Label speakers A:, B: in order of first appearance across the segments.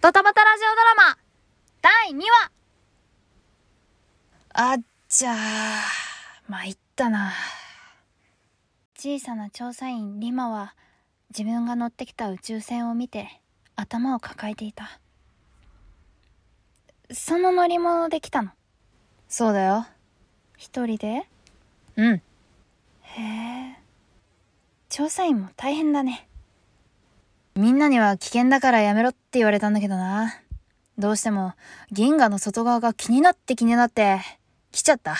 A: ドタバタラジオドラマ第2話あっちゃー、参ったな。小さな調査員リマは自分が乗ってきた宇宙船を見て頭を抱えていた。その乗り物で来たのそうだよ。一人でうん。へえ。調査員も大変だね。みんなには危険だからやめろって言われたんだけどな。どうしても銀河の外側が気になって気になって、来ちゃった。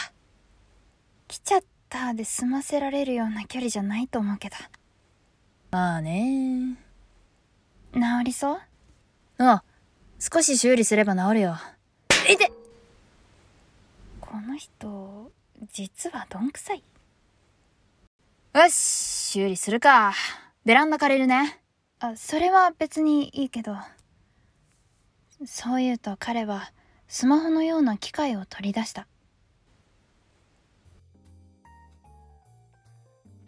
A: 来ちゃったで済ませられるような距離じゃないと思うけど。
B: まあね。
A: 治りそう
B: あ、少し修理すれば治るよ。
A: えてこの人、実はどんくさい
B: よし、修理するか。ベランダ借りるね。
A: あ、それは別にいいけど。そう言うと彼は、スマホのような機械を取り出した。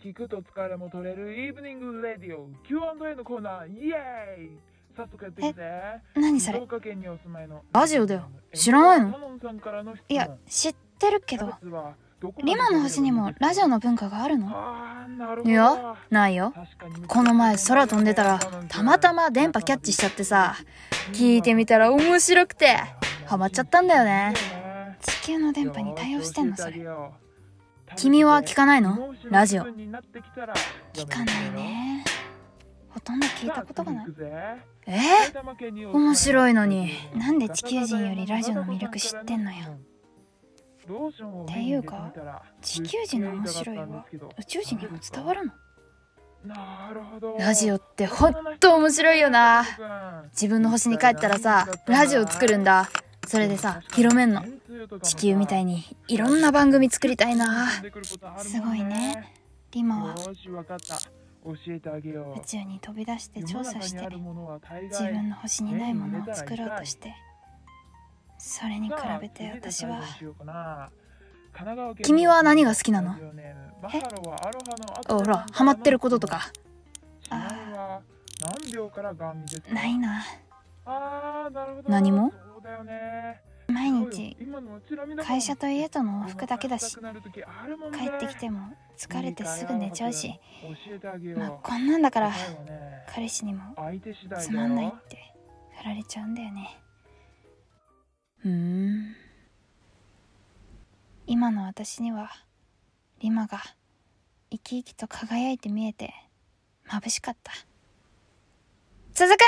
C: 聞くと疲れも取れるイブニングレディオ Q&A のコーナーイエーイ早速やっていくぜ
A: 何それ
C: 静岡県にお住まいの
B: ラジオだよ知らないの
C: マノンさんからの質問
A: いや、知ってるけど、
C: キャベツはどこまで
A: リマの星にもラジオの文化があるの
C: あーなるほ
B: い
C: ど
B: や、ないよ。
C: 確かに
B: この前空飛んでたら、たまたま電波キャッチしちゃってさ、聞いてみたら面白くて、ハマっちゃったんだよね。
A: 地球の電波に対応してんのそれ。
B: 君は聞かないのラジオ。
A: 聞かないね。ほとんど聞いたことがない。
B: え
C: え
B: 面白いのに
A: なんで地球人よりラジオの魅力知ってんのよ
C: っていうか
A: 地球人の面白いは宇宙人にも伝わるの
C: なるほど
B: ラジオってほんと面白いよな。自分の星に帰ったらさ、ラジオ作るんだ。それでさ、広めんの。地球みたい
C: に
B: にいろんな番組作りたいな。
A: すごいねリマは
C: よしわかった教えてあげよ
A: 宇宙に飛び出して
C: う
A: 調査して自
C: 自
A: 分の星にないものを作ろうとしてそれに比べて私は
B: 君は何が好きなの
C: え
B: ほら、ハマってることとか。
C: あ
A: ないな
C: あーなるほど
B: 何も
C: そうだよね
A: 毎日
C: 今のうちらみんなも
A: 会社と家との往復だけだし
C: お腹が痛くなる時あるもんね
A: 帰ってきても疲れてすぐ寝ちゃうし
C: 教えてあげよう
A: まあこんなんだから
C: 答えはね
A: 彼氏にも
C: 相手次第だよ
A: つまんないって振られちゃうんだよね
B: うーん。
A: 今の私にはリマが生き生きと輝いて見えて眩しかった続く